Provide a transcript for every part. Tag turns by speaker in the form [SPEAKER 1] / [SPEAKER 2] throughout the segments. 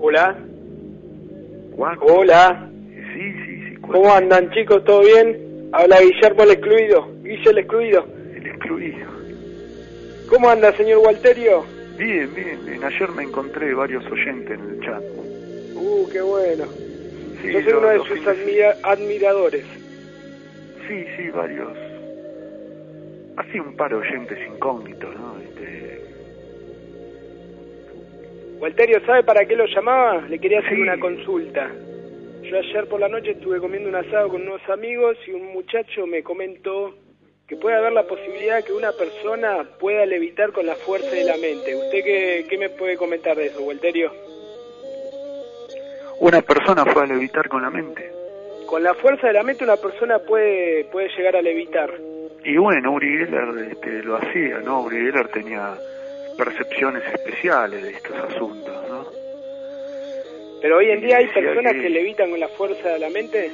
[SPEAKER 1] Hola,
[SPEAKER 2] Juaco.
[SPEAKER 1] hola.
[SPEAKER 2] Sí, sí, sí.
[SPEAKER 1] ¿Cómo andan chicos? ¿Todo bien? Habla Guillermo el excluido. Guille el excluido.
[SPEAKER 2] El excluido.
[SPEAKER 1] ¿Cómo anda, señor Walterio?
[SPEAKER 2] Bien, bien, bien. Ayer me encontré varios oyentes en el chat.
[SPEAKER 1] Uh, qué bueno.
[SPEAKER 2] Sí,
[SPEAKER 1] Yo soy
[SPEAKER 2] lo-
[SPEAKER 1] uno de
[SPEAKER 2] los
[SPEAKER 1] sus
[SPEAKER 2] fines-
[SPEAKER 1] admira- admiradores.
[SPEAKER 2] Sí, sí, varios. Así un par de oyentes incógnitos, ¿no? Este...
[SPEAKER 1] Walterio, ¿sabe para qué lo llamaba? Le quería hacer
[SPEAKER 2] Sí.
[SPEAKER 1] una consulta. Yo ayer por la noche estuve comiendo un asado con unos amigos y un muchacho me comentó que puede haber la posibilidad que una persona pueda levitar con la fuerza de la mente. ¿Usted qué, qué me puede comentar de eso, Walterio?
[SPEAKER 2] Una persona fue a levitar con la mente.
[SPEAKER 1] Con la fuerza de la mente una persona puede, puede llegar a levitar.
[SPEAKER 2] Y bueno, Uri Geller este, lo hacía, ¿no? Uri Geller tenía percepciones especiales de estos asuntos, ¿no?
[SPEAKER 1] Pero hoy en día hay
[SPEAKER 2] Sí,
[SPEAKER 1] personas
[SPEAKER 2] aquí-
[SPEAKER 1] que levitan con la fuerza de la mente.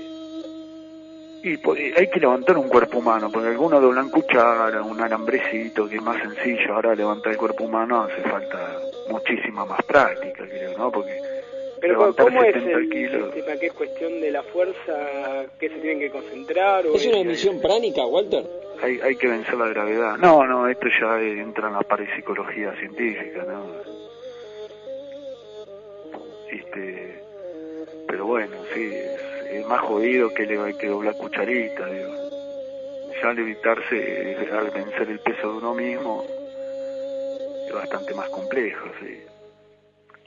[SPEAKER 2] Y po- y hay que levantar un cuerpo humano, porque algunos doblan cuchara, un alambrecito, que es más sencillo. Ahora levantar el cuerpo humano hace falta muchísima más práctica, creo, ¿no? Porque
[SPEAKER 1] Pero
[SPEAKER 2] Levantar
[SPEAKER 1] ¿cómo es
[SPEAKER 2] 70
[SPEAKER 1] el
[SPEAKER 2] kilos.
[SPEAKER 1] sistema? ¿Qué es cuestión de la fuerza? ¿Qué se tienen que concentrar? O
[SPEAKER 3] ¿Es una
[SPEAKER 1] es-
[SPEAKER 3] emisión pránica, Walter?
[SPEAKER 2] hay, hay que vencer la gravedad. No, no, esto ya eh, entra en la parapsicología científica, ¿no? Este, pero bueno, sí, es, es más jodido que, le, que doblar cucharita, digo. Ya levitarse eh, al vencer el peso de uno mismo es bastante más complejo, sí.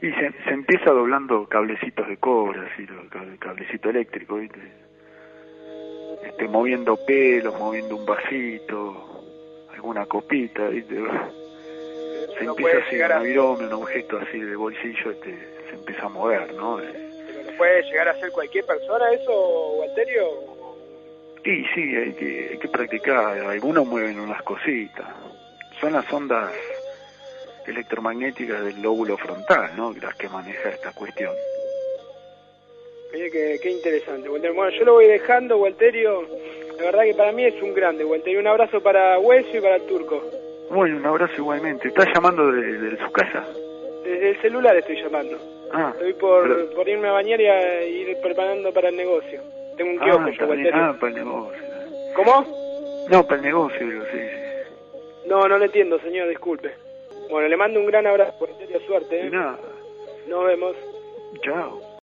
[SPEAKER 2] Y se, se empieza doblando cablecitos de cobre, así, lo- cable- cablecito eléctrico, ¿viste? este, moviendo pelos, moviendo un vasito, alguna copita, ¿viste? se
[SPEAKER 1] Uno
[SPEAKER 2] empieza
[SPEAKER 1] puede
[SPEAKER 2] así,
[SPEAKER 1] llegar
[SPEAKER 2] un
[SPEAKER 1] a,
[SPEAKER 2] virome, un objeto así de bolsillo, este, se empieza a mover, ¿no? Eh,
[SPEAKER 1] pero ¿lo puede llegar a ser cualquier persona eso, Walterio?
[SPEAKER 2] Y sí, hay que, hay que practicar, algunos mueven unas cositas, son las ondas electromagnéticas del lóbulo frontal, ¿no? Las que maneja esta cuestión.
[SPEAKER 1] Oye, qué, qué interesante, Walterio. Bueno, yo lo voy dejando, Walterio. La verdad que para mí es un grande, Walterio. Un abrazo para Hueso y para el Turco.
[SPEAKER 2] Bueno, un abrazo igualmente. ¿Estás llamando de, de su casa?
[SPEAKER 1] Desde el celular estoy llamando.
[SPEAKER 2] Ah,
[SPEAKER 1] Estoy por,
[SPEAKER 2] pero-
[SPEAKER 1] por irme a bañar y a ir preparando para el negocio. Tengo un
[SPEAKER 2] ah,
[SPEAKER 1] kiosco, yo,
[SPEAKER 2] está bien.
[SPEAKER 1] Walterio.
[SPEAKER 2] Ah, para el negocio.
[SPEAKER 1] ¿Cómo?
[SPEAKER 2] No, para el negocio, digo, sí, sí.
[SPEAKER 1] No, no lo entiendo, señor, disculpe. Bueno, le mando un gran abrazo, Walterio, suerte. ¿eh?
[SPEAKER 2] Nada,
[SPEAKER 1] Nos vemos.
[SPEAKER 2] chao.